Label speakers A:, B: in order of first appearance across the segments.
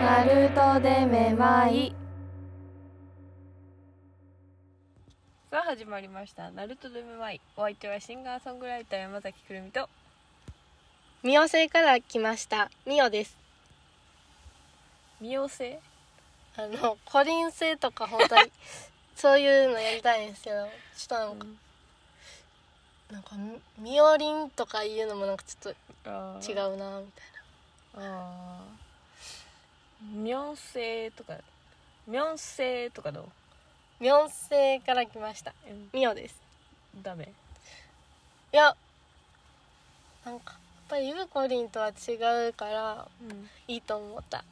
A: ナルトでめまい。
B: さあ始まりました「ナルトドゥムマイ」お相手はシンガーソングライター山崎くるみと
C: 三尾星から来ましたミオです
B: 三尾瀬
C: あの個人性とか本当にそういうのやりたいんですけどちょっとなんか、なんかみミオリンとかいうのもなんかちょっ
B: あ
C: と違
B: う
C: うなみたい
B: あーミョンセとかミョンセとかどう
C: なミオ星から来ました
B: うん
C: ミオです
B: ダメ
C: いやなんかやっぱりゆうこりんとは違うから
B: うん
C: いいと思った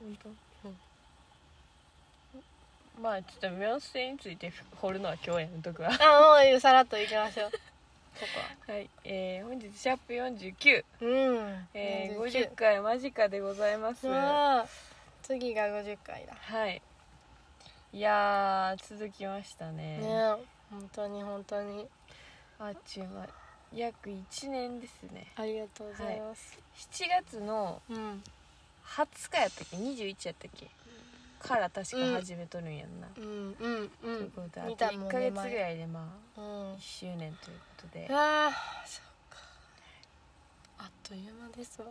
B: 本当、
C: う
B: まあちょっとミョンセについて掘るのは今日やめとくわ
C: あもうさらっといきましょうこ
B: はい、えー、本日シャープ49、
C: こはうん
B: えー、
C: 49
B: 50回間近でございますは
C: わあ次が50回だ
B: いいやー続きました
C: ね
B: ね
C: え本当に本当に
B: あっちゅう間約1年ですね
C: ありがとうございます、
B: 7月の
C: うん
B: 20日やったっけ21やったっけから確か始めとるんやんな、
C: うんうんう
B: というんことであと
C: 見たも
B: 1
C: ん
B: ヶ
C: ね
B: 月ぐらいでまあ
C: うん
B: 1周年ということであっ
C: あーそっかあっという間ですわ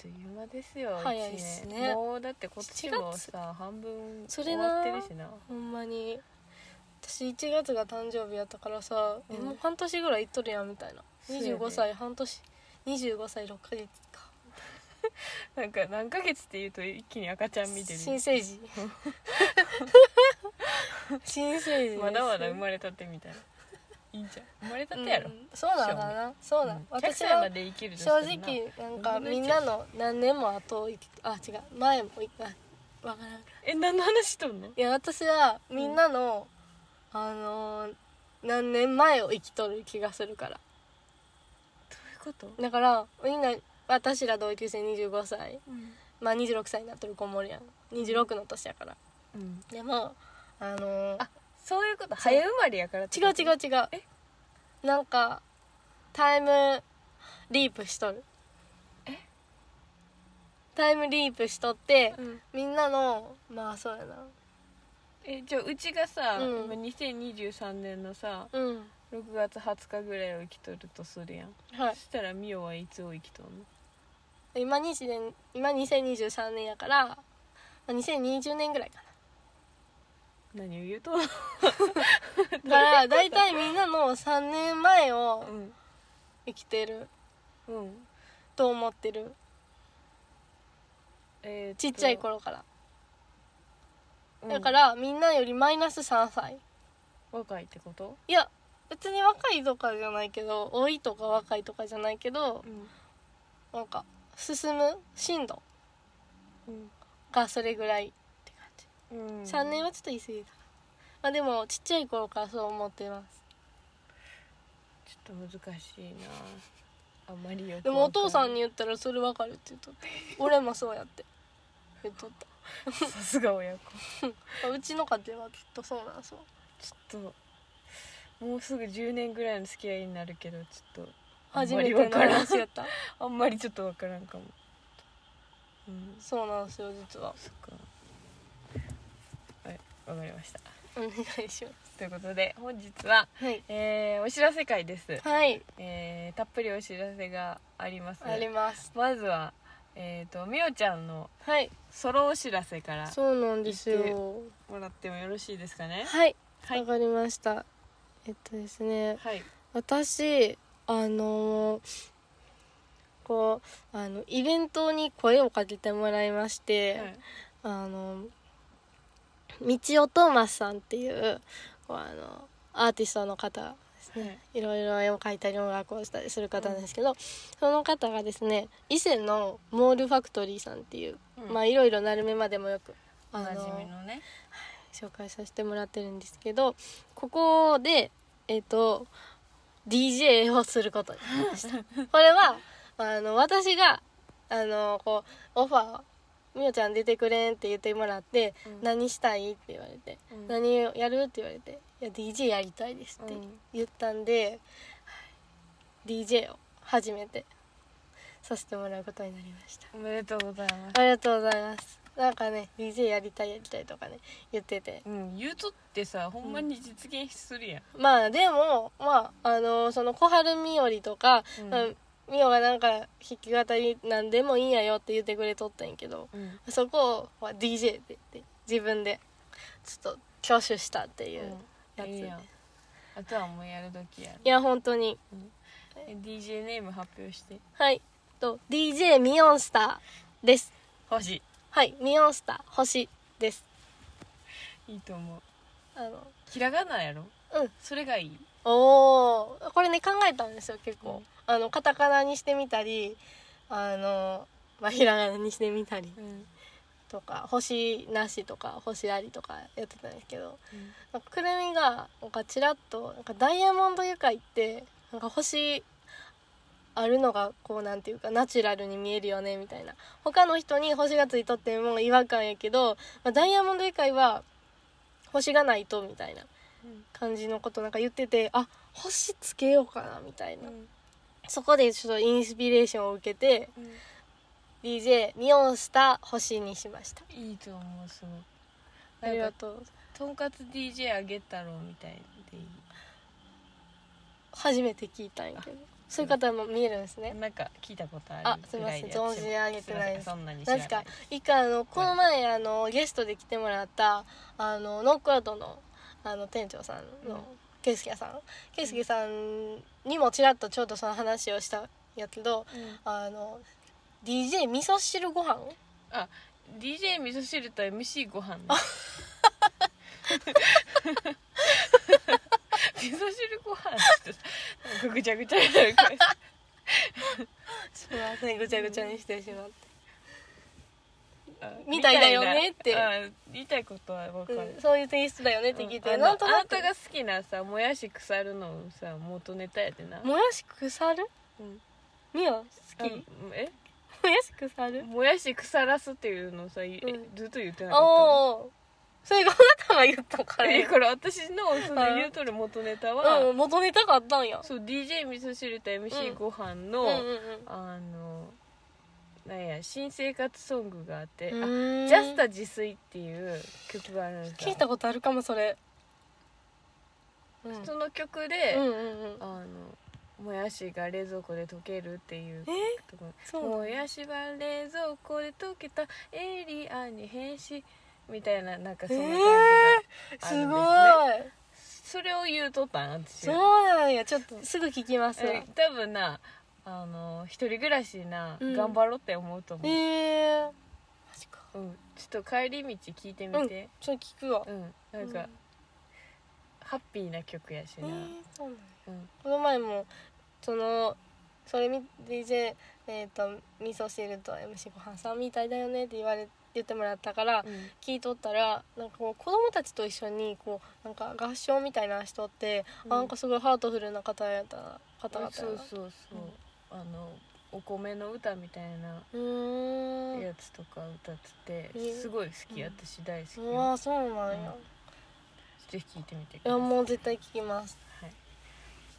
B: という間ですよ
C: 早いっすね
B: 一年もうだって今年も
C: 7
B: さ半分
C: そ
B: 終
C: れな
B: わってるしな
C: ほんまに私1月が誕生日やったからさ、え
B: うん
C: もう半年ぐらいいっとるやんみたいな
B: そうやね
C: 25歳半年25歳6ヶ月か
B: なんか何ヶ月っていうと一気に赤ちゃん見てる
C: 新生 児新生児です
B: まだまだ生まれたてみたいないいんじゃん生まれたてやろ、
C: うんそうなんだなそうなん、
B: 100
C: 私
B: 歳ま
C: は
B: で生きるとした
C: 正
B: らな
C: 直なんかみんなの何年も後を生きてあ違う前もいあわからん
B: え何の話しとんの
C: いや私はみんなの、あのー何年前を生きとる気がするから
B: どういうこと、
C: だからみんな私ら同級生25歳
B: うん
C: まあ26歳になってる子もおるやん26の年やからでもあのー
B: あそういうこと早生まれやからって
C: 違う
B: こと
C: 違う違う
B: え
C: なんかタイムリープしとる
B: え
C: タイムリープしとって、
B: うん
C: みんなのまあそうやな
B: えじゃあうちがさ、
C: うん
B: 今2023年のさ
C: うん
B: 6月20日ぐらいを生きとるとするやん、
C: はい
B: そしたらミオはいつを生きとんの
C: 今20年今2023年やから、まあ、2020年ぐらいか
B: 何を言うと
C: なだから大体みんなの3年前を
B: うん
C: 生きてる
B: うん
C: と思ってる
B: えーと
C: ちっちゃい、頃から、
B: うん
C: だからみんなよりマイナス3歳
B: 若いってこと
C: いや別に若いとかじゃないけど老いとか若いとかじゃないけど
B: うん、
C: なんか進む進度がそれぐらいって感じ、
B: うん
C: 3年はちょっと言い過ぎたかなまあでもちっちゃい頃からそう思ってます
B: ちょっと難しいなあんまりよく
C: でもお父さん
B: に
C: に言ったらそれわかるって言っとった俺もそうやって言っとっ
B: さすが親子
C: たうちの家庭はきっとそうなんそう
B: ちょっともうすぐ10年ぐらいの付き合いになるけどちょっとあん
C: 初
B: ま
C: め
B: り
C: ての
B: 分からん
C: 話やった
B: あんまりちょっと分からんかもうん
C: そうなんですよ実は
B: そっかはいわかりました
C: お願いしま
B: ということで本日は、
C: すはい
B: えーお知らせ会です、
C: はい
B: えーたっぷりお知らせがあります
C: あります
B: まずはえっ、とみおちゃんの
C: はい
B: ソロお知らせから
C: そうなんですよ
B: もらってもよろしいですかね
C: はい
B: は
C: わ、
B: い
C: かりましたえっとですね
B: はい
C: 私あのこうあのイベントに声をかけてもらいまして、
B: はい
C: あの道尾トーマスさんっていうこうあのアーティストの方ですね、い、ろいろ絵を描いたり音楽をしたりする方なんですけど、その方がですね伊勢のモールファクトリーさんっていう、
B: うん
C: まあいろいろなるめまでもよくあ
B: お
C: の
B: なじみのね
C: 紹介させてもらってるんですけどここでえっ、と DJ をすることに なりましたこれはあの私があのこうオファー「みよちゃん出てくれん」って言ってもらって「
B: うん
C: 何したい?」って言われて「
B: うん
C: 何をやる?」って言われて「いや DJ やりたいです」って
B: うん
C: 言ったんで、はい DJ を初めてさせてもらうことになりました
B: おめでとうございます
C: ありがとうございますなんかね DJ やりたいやりたいとかね言ってて
B: うん言うとってさほんまに実現するやん、
C: まあでもまああのその小春みよりとか、
B: う
C: うんんみよがなんか弾き語りなんでもいいんやよって言ってくれとったんやけど
B: うん
C: そこをまあ DJ って言って自分でちょっと挙手したっていうやつ、
B: いいやんあとはもうやる時やる
C: いや本当に
B: え DJ ネーム発表して
C: はいと DJ ミヨンスターです
B: 星
C: はいミヨンスター星です
B: いいと思う
C: あの
B: ひらがなやろ
C: うん
B: それがいい
C: おーこれね考えたんですよ結構、
B: うん
C: あのカタカナにしてみたりあの、まあ、ひらがなにしてみたり
B: うん
C: とか星なしとか星ありとかやってたんですけどなんかくるみがなんかちらっとなんかダイヤモンド愉快ってなんか星あるのがこうなんていうかナチュラルに見えるよねみたいな他の人に星がついとっても違和感やけど、まあ、ダイヤモンド愉快は星がないとみたいな
B: うん
C: 感じのことなんか言っててあ星つけようかなみたいな、
B: うん
C: そこでちょっとインスピレーションを受けて DJ ミオンスター星にしました
B: いいと思うすご
C: あ
B: く
C: り
B: な
C: が
B: んか
C: とう
B: とんかつ DJ あげ太郎みたいでいい
C: 初めて聞いたんやけどそういう方も見えるんですね
B: なんか聞いたことある
C: あすみません
B: ぐらで
C: 存じ上げてないです
B: すませんそんなに知らな
C: 確
B: い
C: か一回あのこの前あのゲストで来てもらったあのノックアウトのあの店長さん
B: うん
C: の圭介さん圭介さんにもちらっとちょうどその話をしたんやけど
B: うん
C: あの DJ 味噌汁ご飯
B: DJ 味噌汁と MC ご飯ね 味噌汁ご飯ってなんかぐちゃぐちゃになるから
C: すみませんぐちゃぐちゃにしてしまって。
B: あ
C: みたいだよねって
B: みたいなあ言いたいことは分か
C: う
B: る、
C: んそういうテイストだよねって聞いて、
B: あの
C: なんとなく
B: あなたが好きなさもやし腐るのさ元ネタやでな
C: もやし腐る
B: うん
C: みよ
B: あ
C: 好き
B: え
C: もやし腐る
B: もやし腐らすっていうのさ、い
C: うん
B: ずっと言ってなかっ
C: おおそれがあなたが言ったか
B: た
C: ら
B: のえこれ私のその
C: うん
B: 言うとる元ネタは、
C: うん元ネタがあったんや
B: そう DJ 味噌汁と MC
C: うん
B: ご飯
C: う
B: の、
C: んうんうん
B: あのなんや新生活ソングがあって「あ
C: うーん
B: ジャスタ自炊」っていう曲があるんです
C: 聞いたことあるかもそれうん
B: その曲で、
C: うんうんうん
B: あのもやしが冷蔵庫で溶けるっていう
C: え
B: ところ
C: そう
B: もやしは冷蔵庫で溶けたエイリアンに変身みたいななんかそんな感じが、ある
C: す
B: ん
C: ごい
B: それを言うとったん私
C: そうなんやちょっとすぐ聞きますわ
B: え多分なあの一人暮らしな、
C: うん
B: 頑張ろうって思うと
C: え
B: 思う、
C: ーマジか
B: うん、ちょっと帰り道聞いてみて
C: ちょっと聞くわ
B: うん、なんか、ハッピーな曲やし
C: え
B: な、
C: ーそうなんや
B: うん
C: この前もそのそれみ DJ えっ、と味噌汁と MC ご飯さんみたいだよねって言われ言ってもらったから
B: うん
C: 聞いとったらなんかこう子供たちと一緒にこうなんか合唱みたいな人って、
B: うん
C: あなんかすごいハートフルな方やったな方々やな
B: そうそうそう、あのお米の歌みたいな
C: うーん
B: やつとか歌ってて、
C: うん
B: すごい好き、
C: うん
B: 私大好き、
C: うわそうなんや、
B: ぜひ聴いてみてく
C: い
B: だ
C: や
B: さい
C: もう絶対聞きます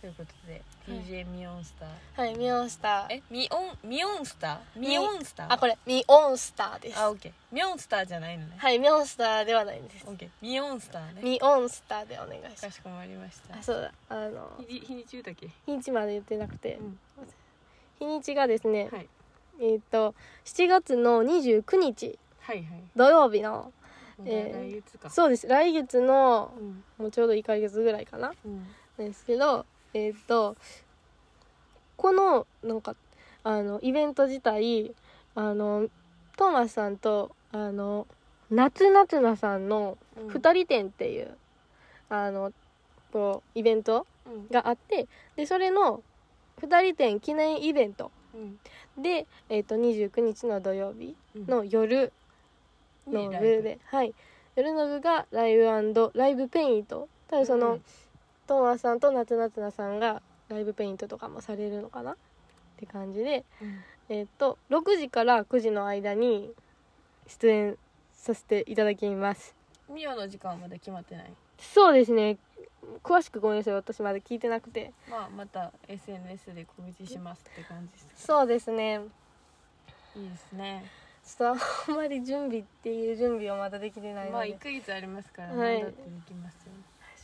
B: ということで DJ ミオンスター、
C: はいミオンスター
B: えミオンミオンスター
C: ミ
B: ミオンスター
C: あこれミオンスターです
B: あオッケーミオンスターじゃないのね、
C: はいミオンスターではないんです
B: オッケーミオンスターね
C: ミオンスターでお願いしま
B: か
C: す
B: しこまりました
C: あそうだあの
B: 日日にち言うだけ
C: 日にちまで言ってなくて、
B: うん
C: 日にちがですね、
B: はい
C: えっ、と7月の29日
B: はいはい
C: 土曜日の
B: ま
C: え
B: だ
C: ー
B: 来月か、
C: そうです来月の
B: うん
C: もうちょうど1ヶ月ぐらいかな
B: うん
C: ですけどえっ、とこのなんかあのイベント自体あのトーマスさんとあの夏夏菜さんの
B: うん
C: 2人展っていう、あのこうイベント
B: うん
C: があってでそれの2人展記念イベント
B: うん
C: で、えー、と29日の土曜日
B: うん
C: の夜の部
B: いいライ
C: で、はい、夜の部がライブライブペイント多分その、
B: うん
C: トーマスさんと夏夏菜さんがライブペイントとかもされるのかなって感じで、
B: うん
C: えー、と6時から9時の間に出演させていただきます
B: ミオの時間はまだ決まってない
C: そうですね詳しくごめんなさい私まだ聞いてなくて
B: まあまた SNS で告知しますって感じです
C: そうですね
B: いいですね
C: ちょっとあんまり準備っていう準備をまだできてない
B: ま
C: の
B: あ
C: で、
B: 1ヶ月ありますから
C: はい
B: 何だってできますよ、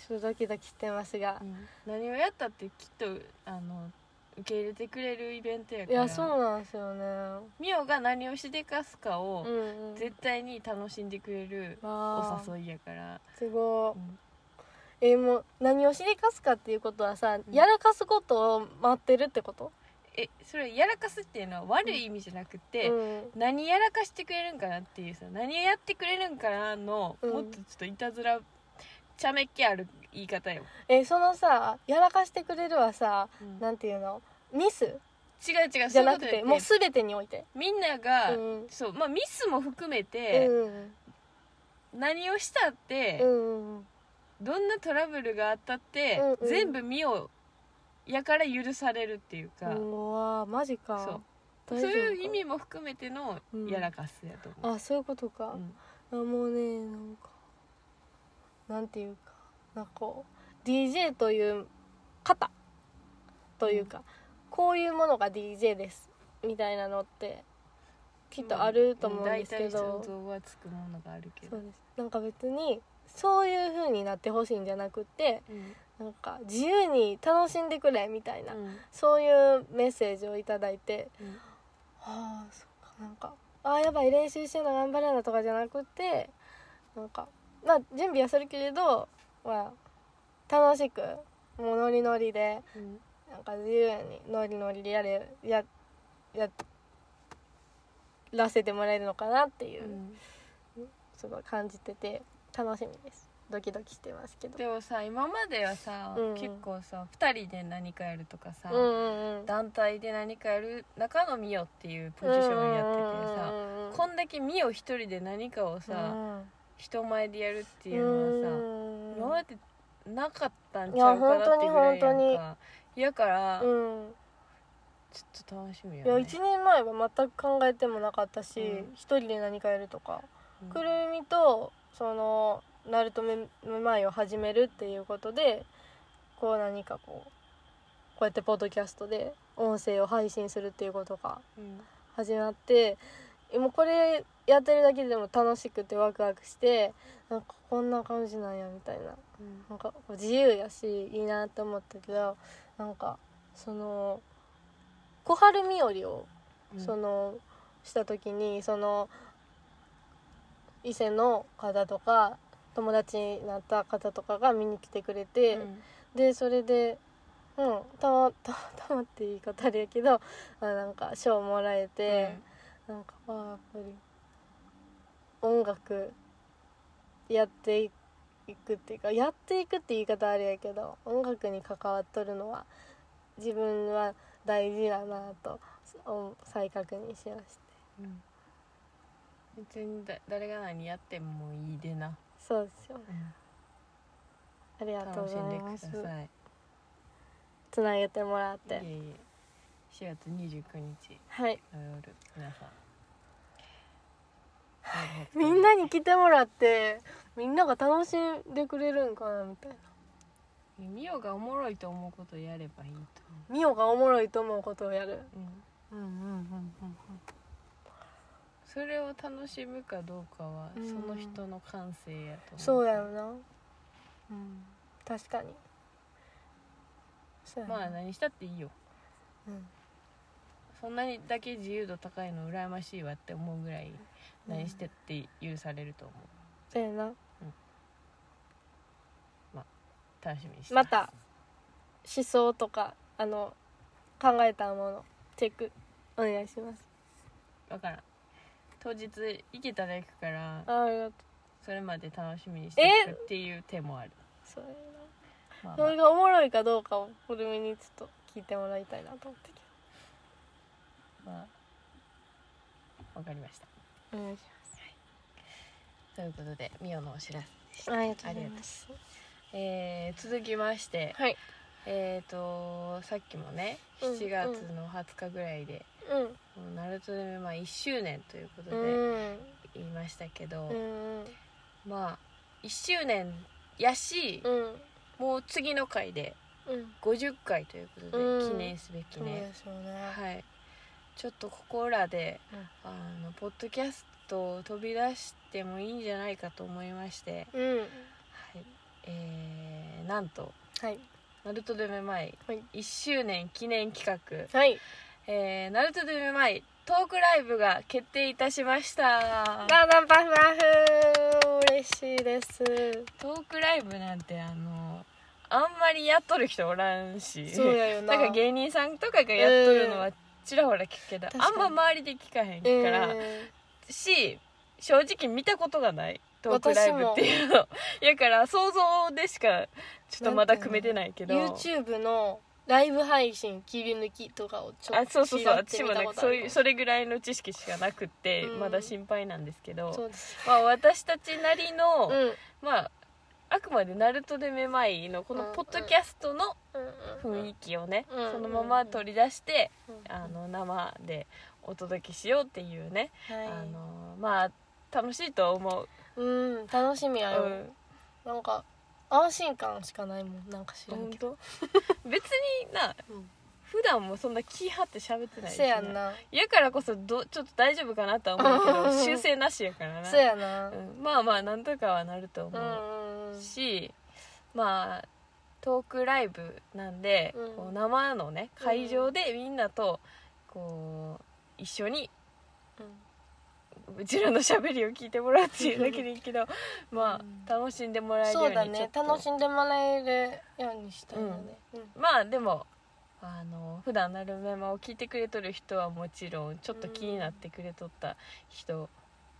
C: ちょっとドキドキしてますが
B: う、ん何をやったってきっとあの受け入れてくれるイベントやか
C: い
B: ら
C: やそうなんですよね
B: ミオが何をしでかすかを
C: うんうん
B: 絶対に楽しんでくれるお
C: わあ
B: 誘いやから、
C: すご
B: うん
C: いえもう何をしでかすかっていうことはさ、
B: ん
C: やらかすことを待ってるってこと
B: えそれやらかすっていうのは悪い意味じゃなくて、
C: うん
B: 何やらかしてくれるんかなっていうさ何やってくれるんかなの、
C: うん
B: もっとちょっといたずらちゃめっ気ある言い方よ、
C: えそのさやらかしてくれるはさ
B: うん
C: なんていうのミス
B: 違う違う
C: じ
B: そ
C: ゃ
B: ういう
C: な
B: こと
C: く
B: や
C: てもう全てにおいて
B: みんな
C: う
B: が、
C: ん
B: そうまあミスも含め
C: う
B: て、
C: ん
B: 何をしたって
C: う、ん
B: どんなトラブルがあったって、
C: うんうん
B: 全部ミオやから許されるっていう
C: う
B: か、
C: んうわマジか
B: そうそ
C: 大
B: う
C: 丈夫か
B: いう意味も含めての
C: うん
B: やらかすやと思う、
C: あそういうことか
B: うん
C: あもうねなんかなんていうかなんかこう DJ という型というか、こういうものが DJ ですみたいなのってきっとあると思うんですけど
B: 大体、想像はつくものがあるけ
C: そう
B: ど
C: ですなんか別にそういう風になってほしいんじゃなくて
B: うん
C: なんか自由に楽しんでくれみたいな、
B: うん
C: そういうメッセージをいただいて
B: うん
C: ああそっかなんかああやばい練習してるの頑張れなとかじゃなくてなんかまあ準備はするけれど、まあ、楽しくもうノリノリで
B: うん
C: なんか自由にノリノリでやれややらせてもらえるのかなっていう、
B: うん
C: すごい感じてて楽しみですドキドキしてますけど
B: でもさ今まではさ、
C: うん
B: 結構さ2人で何かやるとかさ、
C: うんうんうん
B: 団体で何かやる中のミオっていうポジションやっててさ、
C: うんうんうん
B: こんだけミオ一人で何かをさ、
C: うん
B: 人前でやるっていうのはさ、
C: うん
B: 今までなかったんちゃうかなってぐらいや
C: い
B: ん
C: や
B: かやから、
C: うん
B: ちょっと楽しみよ
C: いや
B: ね
C: 1年前は全く考えてもなかったし
B: うん
C: 一、人で何かやるとか、
B: うん
C: くるみとそのナルトめめまいを始めるっていうことでこう何かこうこうやってポッドキャストで音声を配信するっていうことが
B: うん
C: 始まってえもうこれやってるだけでも楽しくてワクワクしてなんかこんな感じなんやみたいな
B: うん
C: なんか自由やしいいなって思ったけどなんかその小春みよりを
B: うん
C: そのした時にその伊勢の方とか友達になった方とかが見に来てくれて、
B: うん
C: でそれでうんたまたまたまって言い方あれやけどあなんか賞もらえて、なんかあやっぱり音楽やっていくっていうかやっていくって言い方あれやけど音楽に関わっとるのは自分は大事だなとお再確認しました
B: うんうん別にだ誰が何やってももういいでな、
C: そうですよ
B: うん
C: ありがとう
B: 楽
C: ご
B: しん
C: ざ
B: で
C: い
B: く
C: ま
B: だ
C: す
B: さい
C: つなげてもらっ
B: いえ
C: て
B: いえ4月29日
C: はい
B: の夜皆さん
C: みんなに来てもらってみんなが楽しんでくれるんかなみたいな
B: ミオがおもろいと思うことをやればいいと
C: ミオがおもろいと思うことをやる
B: 思う、うん
C: うんうんうんうん
B: それを楽しむかどうかは、
C: うん
B: その人の感性やと思
C: そうやよなうん確かにそうやな
B: まあ何したっていいよ
C: うん
B: そんなにだけ自由度高いの羨ましいわって思うぐらい何してって許されると思う、
C: そうやな
B: 楽しみにして
C: また思想とかあの考えたものチェックお願いします
B: 分からん当日行けたら行くから
C: あありがとう
B: それまで楽しみにしていくっていう手もある、
C: そうやな
B: まあま
C: そ
B: あ
C: れがおもろいかどうかをこれにちょっと聞いてもらいたいなと思って
B: まあわかりました
C: お願いし
B: ということでミオのお知らせでした
C: ありが
B: とうございますえー続きまして
C: はい
B: えーとさっきもね
C: うん
B: 7月の20日ぐらいで、
C: うん
B: もうナルトでまあ1周年ということで、
C: うん
B: 言いましたけど、
C: うん
B: まあ1周年やし、
C: うん
B: もう次の回で
C: うん
B: 50回ということで、
C: うん
B: 記念すべき
C: そう
B: ね、
C: ですよね
B: はいちょっとここらで、
C: うん
B: あのポッドキャストを飛び出してもいいんじゃないかと思いまして、
C: うん
B: はいえーなんと
C: はい
B: 「ナルトでめまい
C: はい」
B: 1周年記念企画
C: はい
B: 「えーナルトでめまい」トークライブが決定いたしました
C: バンバンパフパフ嬉しいです
B: トークライブなんてあのあんまりやっとる人おらんし
C: そうやよな
B: なんか芸人さんとかがやっとるのはちらほら聞くけど、
C: 確か
B: あ
C: に
B: んま周りで聞かへんから、
C: え
B: し正直見たことがないトークライブって いうのやから想像でしかちょっとまだ組めてないけ
C: ー
B: ど
C: YouTube のライブ配信切り抜きとかをちょ
B: あ
C: っ
B: そ
C: と
B: うそうそう
C: ちらって
B: 私も
C: 見た
B: なん
C: こ
B: か
C: とあ
B: そう
C: る
B: いうそれぐらいの知識しかなくって、
C: うん
B: まだ心配なんですけど、
C: そうです
B: まあ、私たちなりの、
C: うんうん
B: まああくまで「ナルトでめまい」のこの
C: うん
B: ポッドキャストの
C: うん
B: 雰囲気をね、
C: うん
B: そのまま取り出して、
C: うん
B: あの生でお届けしようっていうね、
C: はい
B: あのまあ楽しいと思う、
C: うん楽しみやよ、
B: うん
C: なんか安心感しかないもんなんか知らん
B: 本
C: けど、
B: 当 別にな
C: うん
B: 普段もそんな気張って喋ってないし
C: せやんな
B: やからこそどちょっと大丈夫かなとは思うけど修正なしやからな
C: せやな
B: うんまあまあなんとかはなると
C: う
B: 思
C: ん
B: う、
C: うんうん
B: しまあトークライブなんで、
C: うん
B: こう生のね会場でみんなとこう一緒にうちらのしゃべりを聞いてもらうっていうだけでい いけどま
C: うん
B: あ楽しんでもらえるよ
C: そうう
B: に
C: だ
B: ちょ
C: ね
B: っと
C: 楽しんでもらえるようにしたいよね、うん
B: まあでもあの普段なるめまを聞いてくれとる人はもちろんちょっと気になってくれとった人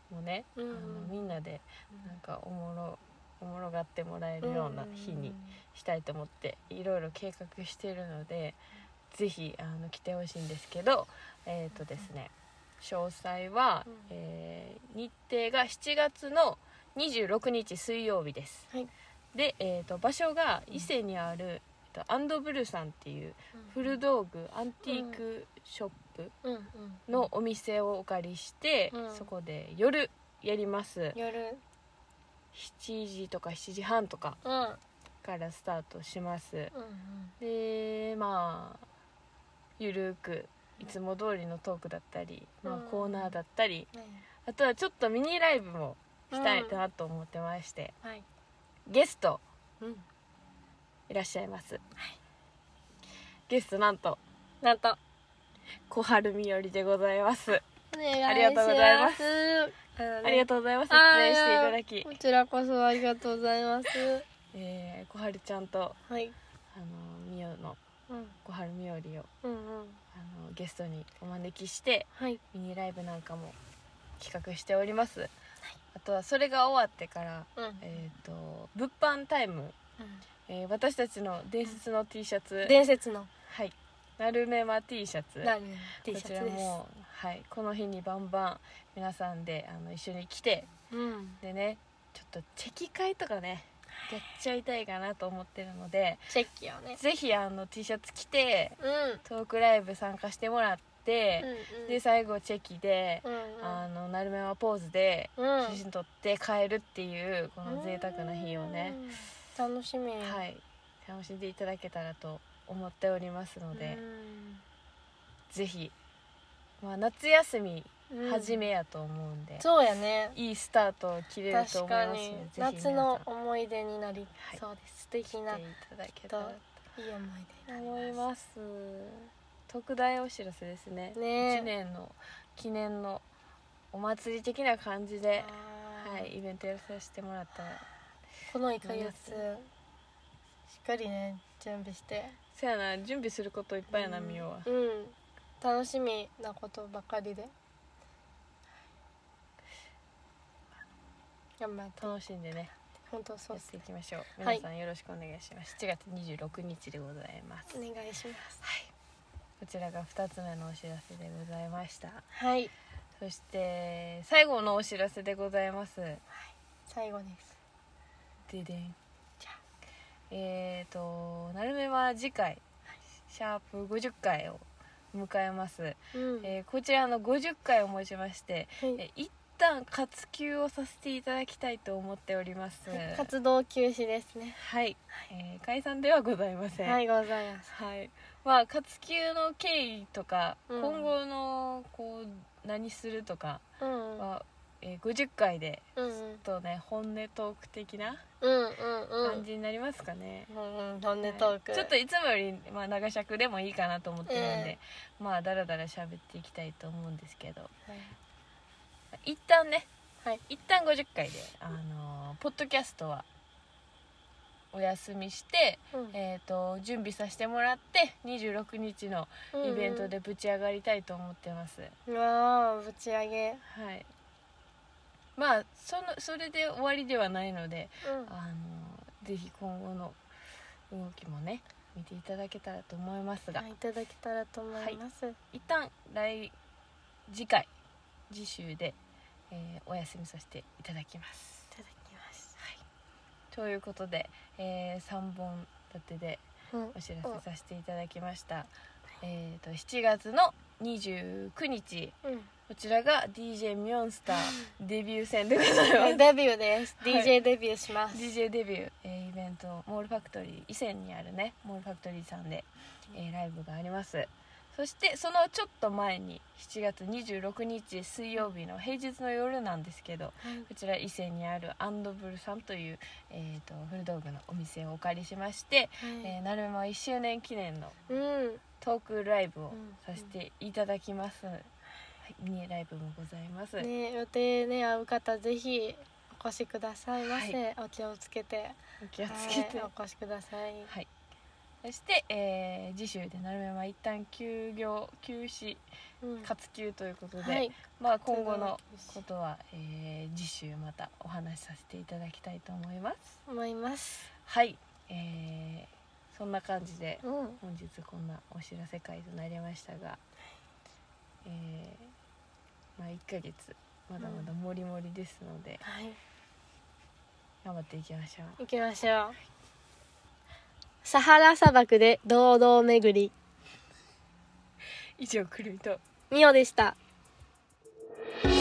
B: もね、
C: うん
B: あのみんなでなんかおもろおもろがってもらえるような日にしたいと思っていろいろ計画しているのでぜひあの来てほしいんですけどえっ、とですね詳細は、
C: うん
B: えー日程が7月の26日水曜日です、
C: はい
B: で、えー、と場所が伊勢にある、えっとアンドブルさんっていう古道具アンティークショップ
C: うんうん
B: のお店をお借りして、
C: うん
B: そこで夜やります
C: 夜
B: 7時とか7時半とか
C: うんうん
B: からスタートします
C: うん
B: でまあゆるーくいつも通りのトークだったり、まあ
C: うん、
B: コーナーだったり
C: ね
B: あとはちょっとミニライブもしたい
C: うん
B: なと思ってまして、
C: はい
B: ゲスト
C: うん
B: いらっしゃいます、ゲストなんと
C: なんと
B: 小春みよりでございます
C: お願いします
B: ありがとうございます
C: あ
B: ありが
C: と
B: とうございます出
C: あー
B: 演していただき、
C: こちらこそありがとうございます
B: えー、小春ちゃんと
C: はい
B: あのみよの
C: うん
B: 小春みよりを
C: うんうん
B: あのゲストにお招きして
C: はい
B: ミニライブなんかも企画しております、あとはそれが終わってから、
C: うん
B: えー、と物販タイム、えー私たちの伝説の T シャツ
C: 伝説の
B: はいなるめま T シャツ
C: ラーメン T シャツ
B: こち
C: です
B: らも、はい、この日にバンバン皆さんであの一緒に来て
C: うん
B: でねちょっとチェキ会とかねやっちゃいたいかなと思ってるので
C: チェキをね
B: ぜひあの T シャツ着て
C: うん
B: トークライブ参加してもらって、
C: うんうん
B: で最後チェキで、
C: うん
B: あのなるめまポーズで
C: うん
B: 写真撮って帰るっていうこの贅沢な日をね、
C: うん楽しみ
B: はいい楽しんでいただけたらと思っておりますので、ぜひ、まあ、夏休み初めやと思うんで、
C: そうやね
B: いいスタートを切れると
C: 確
B: 思い
C: か
B: ますので
C: に
B: ぜひ皆さ
C: 夏
B: ん
C: の思い出になり
B: はい
C: そうです素敵な
B: 来
C: いい
B: ていただけたら
C: 思い出
B: と
C: に
B: 思
C: なり
B: い
C: ま
B: ます特大お知らせですね
C: ね
B: 1年の記念のお祭り的な感じで、
C: す
B: はい、イベントやらさせてもらったら
C: この1ヶ月しっかりね準備して
B: せやな準備することいっぱいやなみおは。
C: うん楽しみなことばかりで頑張って
B: 楽しんでね
C: 本当そう
B: やっ
C: です
B: ていきましょう
C: はい
B: 皆さんよろしくお願いします、7月26日でございます
C: お願いします
B: こちらが2つ目のお知らせでございました
C: はい
B: そして最後のお知らせでございます
C: 最後です
B: ででんえーとなるめは次回シャープ50回を迎えます、
C: うん
B: えーこちらの50回をもちまして
C: はい
B: えー一旦活休をさせていただきたいと思っております
C: 活動休止ですね
B: はい、えー解散ではございません
C: はいございます
B: はい、まあ活休の経緯とか、
C: うん
B: 今後のこう何するとか
C: うんうん
B: は、えー50回で
C: う
B: ちょ
C: ん
B: っとね本音トーク的な
C: うんうんうん
B: 感じになりますかね、
C: うんうん本音トーク、
B: はいちょっといつもより、まあ、長尺でもいいかなと思ってるんで、まあだらだら喋っていきたいと思うんですけど一旦ね、
C: はい
B: 一旦50回で、あのーポッドキャストはお休みして、
C: う
B: えー、と準備させてもらって26日の
C: ん
B: イベントでぶち上がりたいと思ってます、
C: うんうんうわあぶち上げ、
B: はいまあそのそれで終わりではないのであのぜひ今後の動きもね見ていただけたらと思いますが、
C: はいいただけたらと思います、
B: 一旦来次回次週で、えーお休みさせていただきます
C: いただきます。
B: ということで、え3本立てで
C: うん
B: お知らせさせていただきました、えー、と7月の29日こちらが DJ ミョンスターデビュー戦でございま
C: は
B: す
C: い、デビューです。
B: はい
C: DJ デビューします。
B: DJ デビュー、えーイベントモールファクトリー以前にあるねモールファクトリーさんで、えーライブがありますそしてそのちょっと前に7月26日水曜日の平日の夜なんですけど
C: はい
B: こちら伊勢にあるアンドブルさんという、えー、と古道具のお店をお借りしまして、えー、なるま1周年記念の
C: うん、
B: トークライブをさせていただきます、はい、ミニライブもございます、
C: ね、予定ね、合う方ぜひお越しくださいませ。お気をつけて、
B: お気をつけて、
C: はいお越しください。
B: はい、そして、えー次週でなるめは一旦休業休止
C: うん
B: 活休ということで、
C: はい、
B: まあ、今後のことは、えー次週またお話しさせていただきたいと思います
C: 思います。
B: はい、えーそんな感じで
C: うん、
B: 本日こんなお知らせ会となりましたが、えーまあ、1ヶ月まだまだもりもりですので、
C: はい、
B: 頑張っていきましょう
C: 行きましょう。サハラ砂漠で堂々巡り、
B: 以上くるみと
C: ミオでした。
A: 「